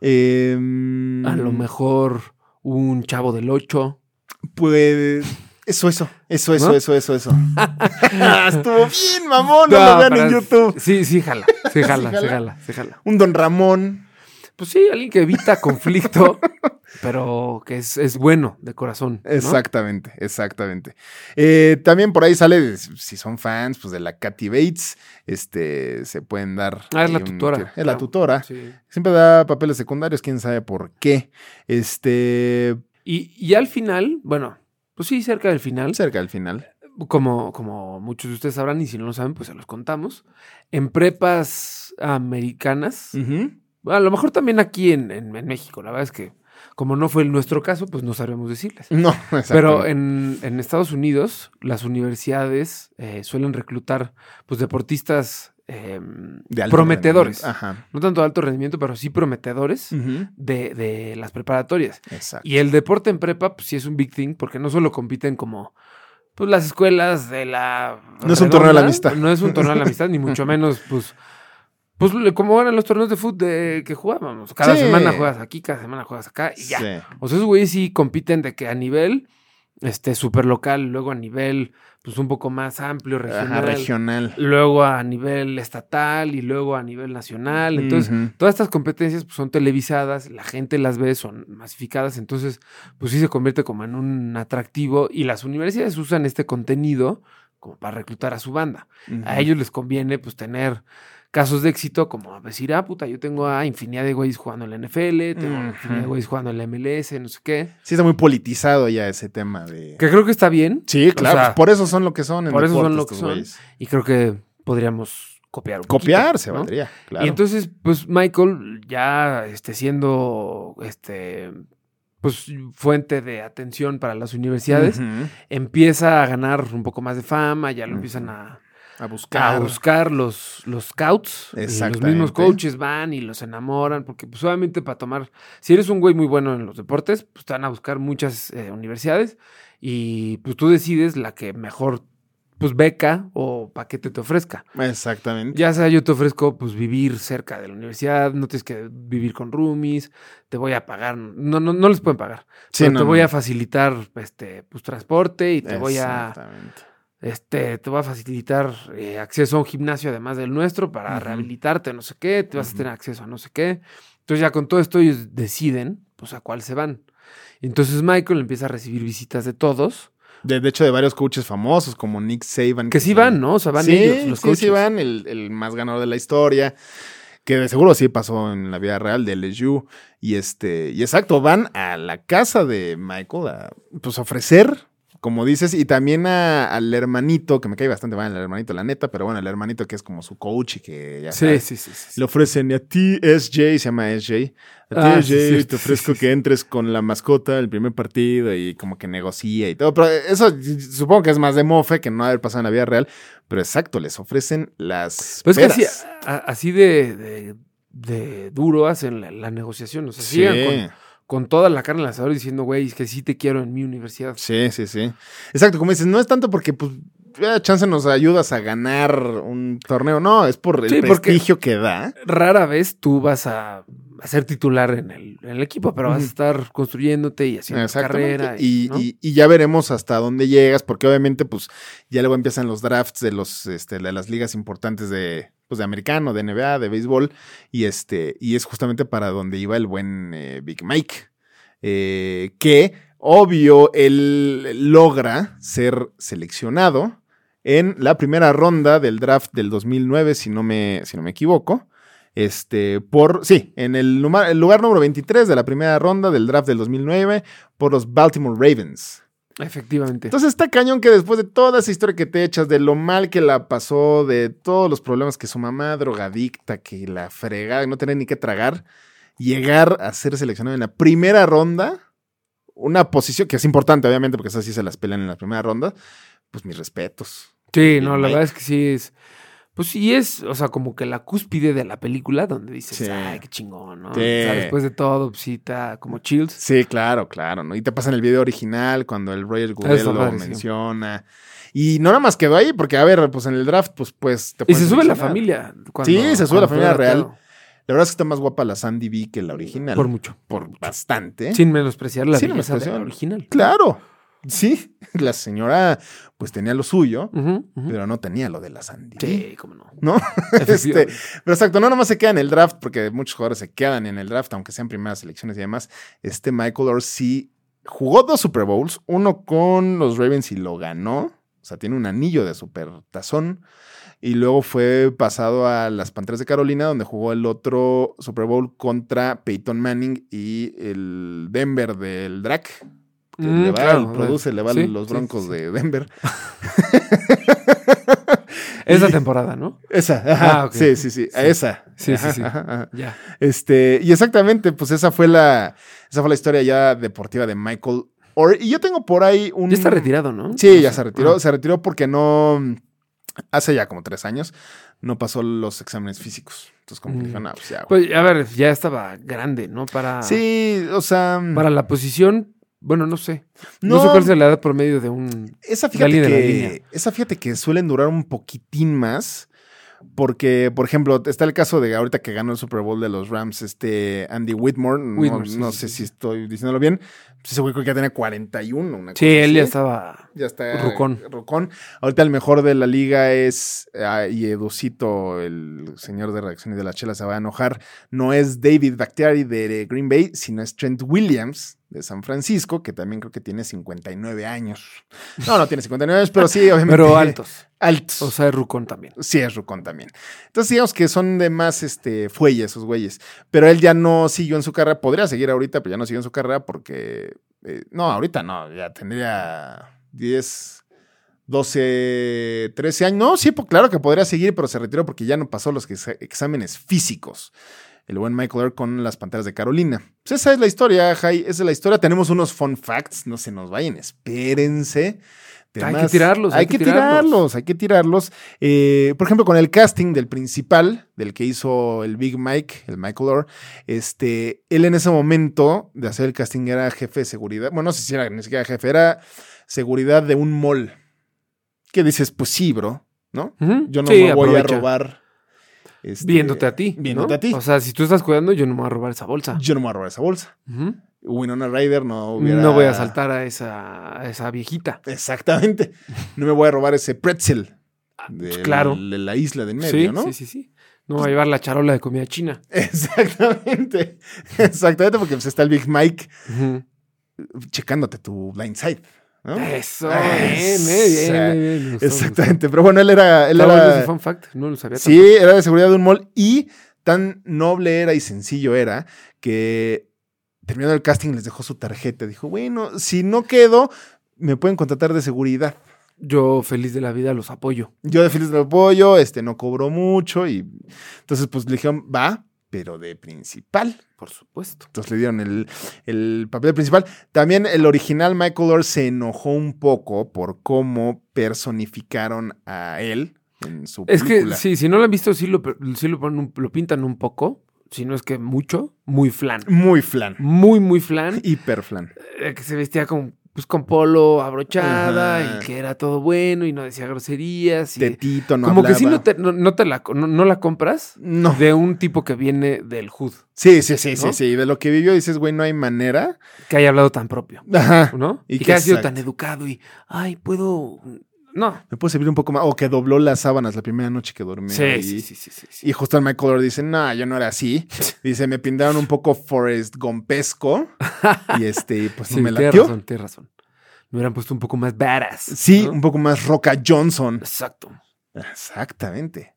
[SPEAKER 2] Em,
[SPEAKER 3] A lo mejor un chavo del 8.
[SPEAKER 2] Pues. Eso, eso, eso, eso,
[SPEAKER 3] ¿No?
[SPEAKER 2] eso, eso, eso. Estuvo bien, mamón, no, lo vean en YouTube.
[SPEAKER 3] Sí, sí, jala. Sí, jala, sí,
[SPEAKER 2] jala?
[SPEAKER 3] jala, sí, jala.
[SPEAKER 2] Un Don Ramón.
[SPEAKER 3] Pues sí, alguien que evita conflicto, pero que es, es bueno de corazón. ¿no?
[SPEAKER 2] Exactamente, exactamente. Eh, también por ahí sale, si son fans, pues de la Katy Bates, este, se pueden dar.
[SPEAKER 3] Ah, es la
[SPEAKER 2] ahí un
[SPEAKER 3] tutora.
[SPEAKER 2] tiro. Es la
[SPEAKER 3] Claro.
[SPEAKER 2] tutora.
[SPEAKER 3] Sí.
[SPEAKER 2] Siempre da papeles secundarios, quién sabe por qué. Este,
[SPEAKER 3] Y, y al final, bueno, pues sí, cerca del final,
[SPEAKER 2] cerca al final.
[SPEAKER 3] como, como muchos de ustedes sabrán, y si no lo saben, pues se los contamos. En prepas americanas, a lo mejor también aquí en, en- en México, la verdad es que como no fue el nuestro caso, pues no sabemos decirles.
[SPEAKER 2] No, exactamente.
[SPEAKER 3] Pero en, en Estados Unidos, las universidades eh, suelen reclutar pues, deportistas eh,
[SPEAKER 2] De alto
[SPEAKER 3] prometedores.
[SPEAKER 2] rendimiento. Ah. Ajá.
[SPEAKER 3] No tanto de alto rendimiento, pero sí prometedores
[SPEAKER 2] Ujú.
[SPEAKER 3] de, de las preparatorias.
[SPEAKER 2] Exacto.
[SPEAKER 3] Y el deporte en prepa, pues sí es un big thing, porque no solo compiten como pues, las escuelas de la.
[SPEAKER 2] No es un torneo de la
[SPEAKER 3] redonda,
[SPEAKER 2] amistad.
[SPEAKER 3] No es un torneo de la amistad, ni mucho menos, pues. Pues le- como eran los torneos de fútbol de- que jugábamos. Cada
[SPEAKER 2] Sí.
[SPEAKER 3] semana juegas aquí, cada semana juegas acá y ya.
[SPEAKER 2] Sí.
[SPEAKER 3] O sea, esos güeyes sí compiten de que a nivel este, super local, luego a nivel pues un poco más amplio, regional.
[SPEAKER 2] Ajá, regional.
[SPEAKER 3] Luego a nivel estatal y luego a nivel nacional. Entonces,
[SPEAKER 2] Ujú.
[SPEAKER 3] Todas estas competencias pues, son televisadas, la gente las ve, son masificadas, entonces pues sí se convierte como en un atractivo y las universidades usan este contenido como para reclutar a su banda. A
[SPEAKER 2] Ujú.
[SPEAKER 3] ellos les conviene pues tener casos de éxito como decir, ah, puta, yo tengo a infinidad de güeyes jugando en la NFL, tengo a infinidad de
[SPEAKER 2] Ujú.
[SPEAKER 3] güeyes jugando en la MLS, no sé qué.
[SPEAKER 2] Sí, está muy politizado ya ese tema de.
[SPEAKER 3] Que creo que está bien
[SPEAKER 2] Sí,
[SPEAKER 3] O
[SPEAKER 2] claro.
[SPEAKER 3] sea,
[SPEAKER 2] por eso son lo que son. en
[SPEAKER 3] por eso son
[SPEAKER 2] deportes
[SPEAKER 3] lo que
[SPEAKER 2] estos
[SPEAKER 3] son.
[SPEAKER 2] güeyes.
[SPEAKER 3] y creo que podríamos copiar un poquito,
[SPEAKER 2] Copiar se
[SPEAKER 3] ¿no?
[SPEAKER 2] valdría, claro.
[SPEAKER 3] Y entonces, pues Michael, ya este, siendo este, pues, fuente de atención para las universidades,
[SPEAKER 2] Ujú.
[SPEAKER 3] empieza a ganar un poco más de fama, ya lo empiezan a,
[SPEAKER 2] A
[SPEAKER 3] a
[SPEAKER 2] buscar.
[SPEAKER 3] buscar los, los scouts. y Los mismos
[SPEAKER 2] Exactamente.
[SPEAKER 3] coaches van y los enamoran, porque pues, obviamente para tomar, si eres un güey muy bueno en los deportes, pues te van a buscar muchas eh, universidades y pues tú decides la que mejor pues beca o paquete te ofrezca.
[SPEAKER 2] Exactamente.
[SPEAKER 3] Ya sea, yo te ofrezco pues vivir cerca de la universidad, no tienes que vivir con roomies, te voy a pagar, no, no, no les pueden pagar.
[SPEAKER 2] Sí,
[SPEAKER 3] pero
[SPEAKER 2] no,
[SPEAKER 3] te voy
[SPEAKER 2] no.
[SPEAKER 3] a facilitar este pues transporte y te voy a
[SPEAKER 2] Exactamente.
[SPEAKER 3] este, te voy a facilitar eh, acceso a un gimnasio además del nuestro para
[SPEAKER 2] Ujú.
[SPEAKER 3] rehabilitarte, no sé qué, te vas a tener acceso a no sé qué. Entonces ya con todo esto ellos deciden pues a cuál se van. Entonces Michael empieza a recibir visitas de todos,
[SPEAKER 2] De, de hecho, de varios coaches famosos como Nick Saban.
[SPEAKER 3] que sí van, ¿no? O sea, van
[SPEAKER 2] sí,
[SPEAKER 3] ellos, los
[SPEAKER 2] sí,
[SPEAKER 3] coaches.
[SPEAKER 2] sí van. El, el más ganador de la historia. que de seguro sí pasó en la vida real de LSU. Y este, y exacto, van a la casa de Michael a pues ofrecer, como dices, y también a- al hermanito, que me cae bastante mal el hermanito, la neta, pero bueno, el hermanito que es como su coach y que ya
[SPEAKER 3] Sí,
[SPEAKER 2] sabes,
[SPEAKER 3] sí, sí, sí, sí.
[SPEAKER 2] Le ofrecen a ti, SJ, se llama SJ. A ti,
[SPEAKER 3] Ah, sí,
[SPEAKER 2] SJ,
[SPEAKER 3] cierto,
[SPEAKER 2] te ofrezco
[SPEAKER 3] sí, sí,
[SPEAKER 2] que entres con la mascota el primer partido y como que negocia y todo. Pero eso eh, supongo que es más de mofe que no haber pasado en la vida real. Pero exacto, les ofrecen las.
[SPEAKER 3] Pero Pues, es que
[SPEAKER 2] peras.
[SPEAKER 3] así, a- así de, de- de duro hacen la, la negociación. O sea,
[SPEAKER 2] Sí,
[SPEAKER 3] sigan con, con toda la carne al asador diciendo, güey, es que sí te quiero en mi universidad.
[SPEAKER 2] sí, sí, sí. Exacto, como dices, no es tanto porque, pues, eh, chance nos ayudas a ganar un torneo. No, es por el
[SPEAKER 3] Sí, porque-
[SPEAKER 2] prestigio que da.
[SPEAKER 3] Rara vez tú vas a, a ser titular en el, en el equipo, pero vas a
[SPEAKER 2] Ujú.
[SPEAKER 3] estar construyéndote y haciendo
[SPEAKER 2] Exactamente.
[SPEAKER 3] carrera.
[SPEAKER 2] y,
[SPEAKER 3] ¿no?
[SPEAKER 2] y- y ya veremos hasta dónde llegas, porque obviamente, pues, ya luego empiezan los drafts de los, este, de las ligas importantes de, pues, de americano, de NBA, de béisbol, y este, y es justamente para donde iba el buen eh, Big Mike, eh, que, obvio, él logra ser seleccionado en la primera ronda del draft del 2009, si no me, si no me equivoco. Este, por, sí, en el, numa- el lugar número 23 de la primera ronda del draft del 2009 por los Baltimore Ravens.
[SPEAKER 3] Efectivamente.
[SPEAKER 2] Entonces está cañón que después de toda esa historia que te echas, de lo mal que la pasó, de todos los problemas que su mamá drogadicta, que la fregada, no tener ni que tragar, llegar a ser seleccionado en la primera ronda, una posición que es importante, obviamente, porque esas sí se las pelean en la primera ronda, pues mis respetos.
[SPEAKER 3] sí, no, la
[SPEAKER 2] Mike.
[SPEAKER 3] verdad es que sí es. Pues sí es, o sea, como que la cúspide de la película donde dices,
[SPEAKER 2] Sí.
[SPEAKER 3] ay, qué chingón, ¿no?
[SPEAKER 2] Sí.
[SPEAKER 3] O sea, después de todo, pues sí, está como chills.
[SPEAKER 2] Sí, claro, claro, ¿no? Y te pasan el video original cuando el Roger Goodell
[SPEAKER 3] está
[SPEAKER 2] lo
[SPEAKER 3] padre, sí.
[SPEAKER 2] menciona. Y no nada más quedó ahí, porque a ver, pues en el draft, pues, pues te
[SPEAKER 3] Y
[SPEAKER 2] pueden
[SPEAKER 3] se sube la
[SPEAKER 2] mencionar.
[SPEAKER 3] familia. cuando-
[SPEAKER 2] Sí, se sube la
[SPEAKER 3] cuando
[SPEAKER 2] familia
[SPEAKER 3] era
[SPEAKER 2] real.
[SPEAKER 3] todo.
[SPEAKER 2] La verdad es que está más guapa la Sandy B que la original.
[SPEAKER 3] Por mucho.
[SPEAKER 2] Por bastante.
[SPEAKER 3] Sin menospreciar la
[SPEAKER 2] ¿Eh? Sin
[SPEAKER 3] belleza de la
[SPEAKER 2] menospreciar.
[SPEAKER 3] original.
[SPEAKER 2] Claro. Sí. La señora, pues tenía lo suyo,
[SPEAKER 3] Ujú, ujú.
[SPEAKER 2] pero no tenía lo de la Sandy. B,
[SPEAKER 3] Sí, cómo no.
[SPEAKER 2] ¿No? Este,
[SPEAKER 3] Efectivamente.
[SPEAKER 2] pero exacto, no nomás se queda en el draft, porque muchos jugadores se quedan en el draft, aunque sean primeras selecciones y demás. Este Michael Orsi jugó dos Super Bowls, uno con los Ravens y lo ganó. O sea, tiene un anillo de super tazón. Y luego fue pasado a las Panteras de Carolina, donde jugó el otro Super Bowl contra Peyton Manning y el Denver del Drac. Que
[SPEAKER 3] Mm,
[SPEAKER 2] le va,
[SPEAKER 3] claro,
[SPEAKER 2] el produce, le va
[SPEAKER 3] sí,
[SPEAKER 2] los
[SPEAKER 3] sí,
[SPEAKER 2] broncos
[SPEAKER 3] sí.
[SPEAKER 2] de Denver.
[SPEAKER 3] Esa temporada, ¿no?
[SPEAKER 2] Esa, ajá,
[SPEAKER 3] Ah, ok.
[SPEAKER 2] sí, sí, sí, a
[SPEAKER 3] Sí.
[SPEAKER 2] esa.
[SPEAKER 3] Sí, sí,
[SPEAKER 2] Ajá,
[SPEAKER 3] sí.
[SPEAKER 2] ajá, ajá.
[SPEAKER 3] Ya.
[SPEAKER 2] Este, y exactamente, pues esa fue la, esa fue la historia ya deportiva de Michael Orr. Y yo tengo por ahí un.
[SPEAKER 3] Ya está retirado, ¿no?
[SPEAKER 2] Sí, ya se retiró.
[SPEAKER 3] Ah.
[SPEAKER 2] Se retiró porque no. Hace ya como tres años no pasó los exámenes físicos. Entonces, como que
[SPEAKER 3] Mm.
[SPEAKER 2] dijeron, ah, pues ya. güey".
[SPEAKER 3] Pues, a ver, ya estaba grande, ¿no? Para,
[SPEAKER 2] sí, o sea.
[SPEAKER 3] para la posición, bueno, no sé. No,
[SPEAKER 2] No.
[SPEAKER 3] sé cuál es la edad promedio de un...
[SPEAKER 2] Esa
[SPEAKER 3] La
[SPEAKER 2] fíjate,
[SPEAKER 3] línea, la línea.
[SPEAKER 2] que, esa fíjate que suelen durar un poquitín más. Porque, por ejemplo, está el caso de ahorita que ganó el Super Bowl de los Rams, este Andy Whitmore. no- no
[SPEAKER 3] Whitmore, sí, sí,
[SPEAKER 2] sé
[SPEAKER 3] sí.
[SPEAKER 2] si estoy diciéndolo bien. Pues ese güey creo que ya tenía 41. Una
[SPEAKER 3] Sí,
[SPEAKER 2] cosa
[SPEAKER 3] él ya
[SPEAKER 2] así.
[SPEAKER 3] estaba...
[SPEAKER 2] Ya está.
[SPEAKER 3] Rucón.
[SPEAKER 2] Rucón. Ahorita el mejor de la liga es. ah, y Educito, el señor de redacción y de la chela, se va a enojar. No es David Bactiari de Green Bay, sino es Trent Williams de San Francisco, que también creo que tiene 59 años. No, no tiene 59 años, pero sí, obviamente.
[SPEAKER 3] Pero altos.
[SPEAKER 2] Altos.
[SPEAKER 3] O sea, Rucón también.
[SPEAKER 2] Sí, es Rucón también. Entonces, digamos que son de más este, fuelle esos güeyes. Pero él ya no siguió en su carrera. Podría seguir ahorita, pero ya no siguió en su carrera porque. eh, no, ahorita no. Ya tendría 10, 12, 13 años. No, sí, pues, claro que podría seguir, pero se retiró porque ya no pasó los que- exámenes físicos. El buen Michael Earl con las panteras de Carolina. Pues esa es la historia, Jai. Esa es la historia. Tenemos unos fun facts. No se nos vayan, espérense.
[SPEAKER 3] Hay que
[SPEAKER 2] Temas-
[SPEAKER 3] tirarlos,
[SPEAKER 2] Hay, que tirarlos, hay que tirarlos. Eh, por ejemplo, con el casting del principal, del que hizo el Big Mike, el Michael Orr, este, él en ese momento de hacer el casting era jefe de seguridad. Bueno, no sé si era ni siquiera jefe, era seguridad de un mall. Que dices, pues sí, bro, ¿no?
[SPEAKER 3] Ujú.
[SPEAKER 2] Yo no
[SPEAKER 3] Sí,
[SPEAKER 2] me voy
[SPEAKER 3] aprovecha.
[SPEAKER 2] a robar. este,
[SPEAKER 3] Viéndote a ti.
[SPEAKER 2] Viéndote
[SPEAKER 3] ¿no?
[SPEAKER 2] a ti.
[SPEAKER 3] O sea, si tú estás cuidando, yo no me voy a robar esa bolsa.
[SPEAKER 2] Yo no me voy a robar esa bolsa.
[SPEAKER 3] Ujú.
[SPEAKER 2] Winona Ryder no hubiera.
[SPEAKER 3] No voy a saltar a esa, a esa viejita.
[SPEAKER 2] Exactamente. No me voy a robar ese pretzel.
[SPEAKER 3] pues,
[SPEAKER 2] del-
[SPEAKER 3] claro.
[SPEAKER 2] De la isla de en medio,
[SPEAKER 3] sí,
[SPEAKER 2] ¿no?
[SPEAKER 3] sí, sí, sí. No va a llevar la charola de comida china.
[SPEAKER 2] Exactamente. Exactamente, porque pues, está el Big Mike
[SPEAKER 3] Ujú.
[SPEAKER 2] checándote tu blindside. ¿no?
[SPEAKER 3] Eso,
[SPEAKER 2] Esa.
[SPEAKER 3] bien, bien, bien, bien, me gustó, me gustó.
[SPEAKER 2] Exactamente. Pero bueno, él era. Él
[SPEAKER 3] Está pues, bueno
[SPEAKER 2] era
[SPEAKER 3] ese fun fact, no lo sabía.
[SPEAKER 2] sí, era de seguridad de un mall y Tan noble era y sencillo era que terminando el casting les dejó su tarjeta. Dijo, bueno, si no quedo, me pueden contratar de seguridad.
[SPEAKER 3] Yo feliz de la vida los apoyo.
[SPEAKER 2] Yo de Feliz del Pollo, este, no cobró mucho y entonces pues le dijeron, va, pero de principal.
[SPEAKER 3] Por supuesto.
[SPEAKER 2] Entonces le dieron el, el papel principal. También el original Michael Orr se enojó un poco por cómo personificaron a él en su
[SPEAKER 3] Es que
[SPEAKER 2] película.
[SPEAKER 3] sí, si no lo han visto, sí lo, sí lo, ponen un- lo pintan un poco, si no es que mucho, muy flan.
[SPEAKER 2] Muy flan.
[SPEAKER 3] Muy, muy flan.
[SPEAKER 2] Hiper flan.
[SPEAKER 3] eh, que se vestía con, pues, con polo abrochada
[SPEAKER 2] Ajá.
[SPEAKER 3] y que era todo bueno y no decía groserías. Y
[SPEAKER 2] Tetito, no
[SPEAKER 3] como que sí no
[SPEAKER 2] hablaba.
[SPEAKER 3] te, no, no te la, co- no, no la compras
[SPEAKER 2] No.
[SPEAKER 3] de un tipo que viene del Hood,
[SPEAKER 2] Sí, sí, sí, sí,
[SPEAKER 3] ¿No?
[SPEAKER 2] sí. De lo que vivió dices, güey, no hay manera.
[SPEAKER 3] que haya hablado tan propio,
[SPEAKER 2] Ajá.
[SPEAKER 3] ¿no?
[SPEAKER 2] Y
[SPEAKER 3] Y,
[SPEAKER 2] que
[SPEAKER 3] que ha sido
[SPEAKER 2] exacto.
[SPEAKER 3] tan educado y, ay, puedo... No.
[SPEAKER 2] Me puedo servir un poco más. O que dobló las sábanas la primera noche que dormí.
[SPEAKER 3] Sí,
[SPEAKER 2] ahí.
[SPEAKER 3] sí, sí, sí, sí, sí.
[SPEAKER 2] Y justo el Michael Orr dice, no, yo no era así. Dice, me pintaron un poco Forrest Gompesco. y este, pues no
[SPEAKER 3] Sí,
[SPEAKER 2] me
[SPEAKER 3] tienes
[SPEAKER 2] latió.
[SPEAKER 3] razón, tienes razón. Me hubieran puesto un poco más badass.
[SPEAKER 2] Sí,
[SPEAKER 3] ¿no?
[SPEAKER 2] un poco más Roca Johnson.
[SPEAKER 3] Exacto.
[SPEAKER 2] Exactamente.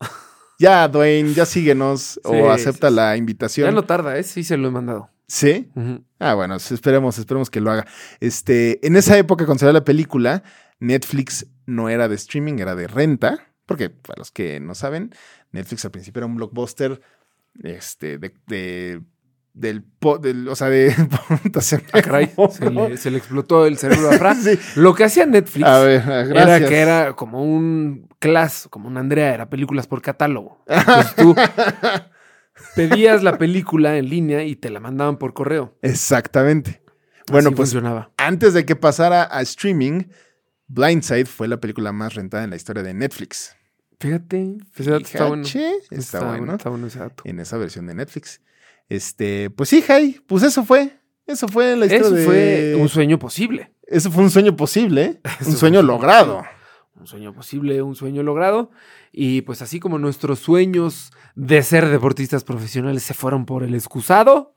[SPEAKER 2] Ya, Dwayne, ya síguenos
[SPEAKER 3] Sí,
[SPEAKER 2] o acepta
[SPEAKER 3] sí, sí.
[SPEAKER 2] la invitación.
[SPEAKER 3] Ya no tarda, ¿eh? Sí, se lo he mandado.
[SPEAKER 2] Sí.
[SPEAKER 3] Ujú.
[SPEAKER 2] Ah, bueno, sí, esperemos, esperemos que lo haga. Este, en esa época, cuando salió la película, Netflix no era de streaming, era de renta. Porque, para los que no saben, Netflix al principio era un blockbuster este, de, de- del, po- del- O sea, de. puta, se me
[SPEAKER 3] Ah, Caray, se,
[SPEAKER 2] borró.
[SPEAKER 3] le, se le explotó el cerebro a Fra.
[SPEAKER 2] Sí.
[SPEAKER 3] Lo que hacía Netflix
[SPEAKER 2] A ver, ah, gracias.
[SPEAKER 3] era que era como un class, como un Andrea, era películas por catálogo. Entonces tú pedías la película en línea y te la mandaban por correo.
[SPEAKER 2] Exactamente. Bueno,
[SPEAKER 3] Así
[SPEAKER 2] pues
[SPEAKER 3] funcionaba.
[SPEAKER 2] antes de que pasara a streaming, Blindside fue la película más rentada en la historia de Netflix.
[SPEAKER 3] Fíjate, ese dato está bueno.
[SPEAKER 2] Fíjate, está bueno.
[SPEAKER 3] Está bueno ese dato.
[SPEAKER 2] en esa versión de Netflix. Este, pues sí, Jai, pues eso fue. Eso fue la historia
[SPEAKER 3] Eso
[SPEAKER 2] de-
[SPEAKER 3] fue un sueño posible.
[SPEAKER 2] eso fue un sueño posible, ¿eh? un
[SPEAKER 3] fue
[SPEAKER 2] sueño
[SPEAKER 3] un-
[SPEAKER 2] logrado.
[SPEAKER 3] Un sueño posible, un sueño logrado. Y pues así como nuestros sueños de ser deportistas profesionales se fueron por el excusado,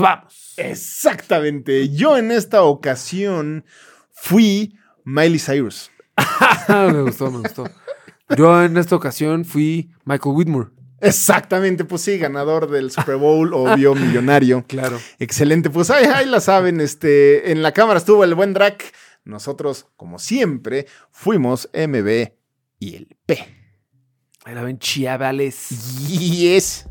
[SPEAKER 3] vamos.
[SPEAKER 2] Exactamente. Yo en esta ocasión fui Miley Cyrus.
[SPEAKER 3] me gustó, me gustó. Yo en esta ocasión fui Michael Whitmore.
[SPEAKER 2] Exactamente, pues sí, ganador del Super Bowl, obvio, millonario.
[SPEAKER 3] Claro.
[SPEAKER 2] Excelente, pues ahí, ahí la saben, este, en la cámara estuvo el buen Drac. Nosotros, como siempre, fuimos MB y el P.
[SPEAKER 3] Era ven chiavales.
[SPEAKER 2] Yes.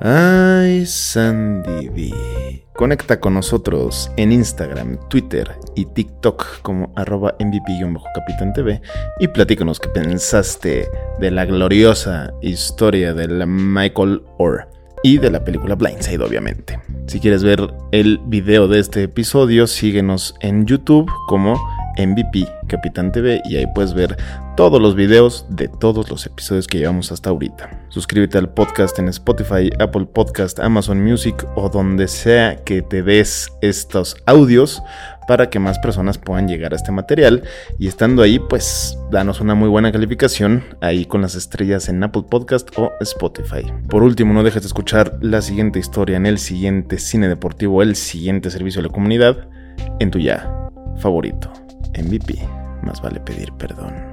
[SPEAKER 2] Ay, Sandy B. Conecta con nosotros en Instagram, Twitter y TikTok como arroba MVP-Capitán TV y platícanos qué pensaste de la gloriosa historia del Michael Orr y de la película Blindside, obviamente. Si quieres ver el video de este episodio, síguenos en YouTube como MVP Capitán TV y ahí puedes ver todos los videos de todos los episodios que llevamos hasta ahorita. Suscríbete al podcast en Spotify, Apple Podcast, Amazon Music o donde sea que te des estos audios para que más personas puedan llegar a este material. Y estando ahí, pues danos una muy buena calificación ahí con las estrellas en Apple Podcast o Spotify. Por último, no dejes de escuchar la siguiente historia en el siguiente cine deportivo, el siguiente servicio a la comunidad, en tu ya favorito. MVP, más vale pedir perdón.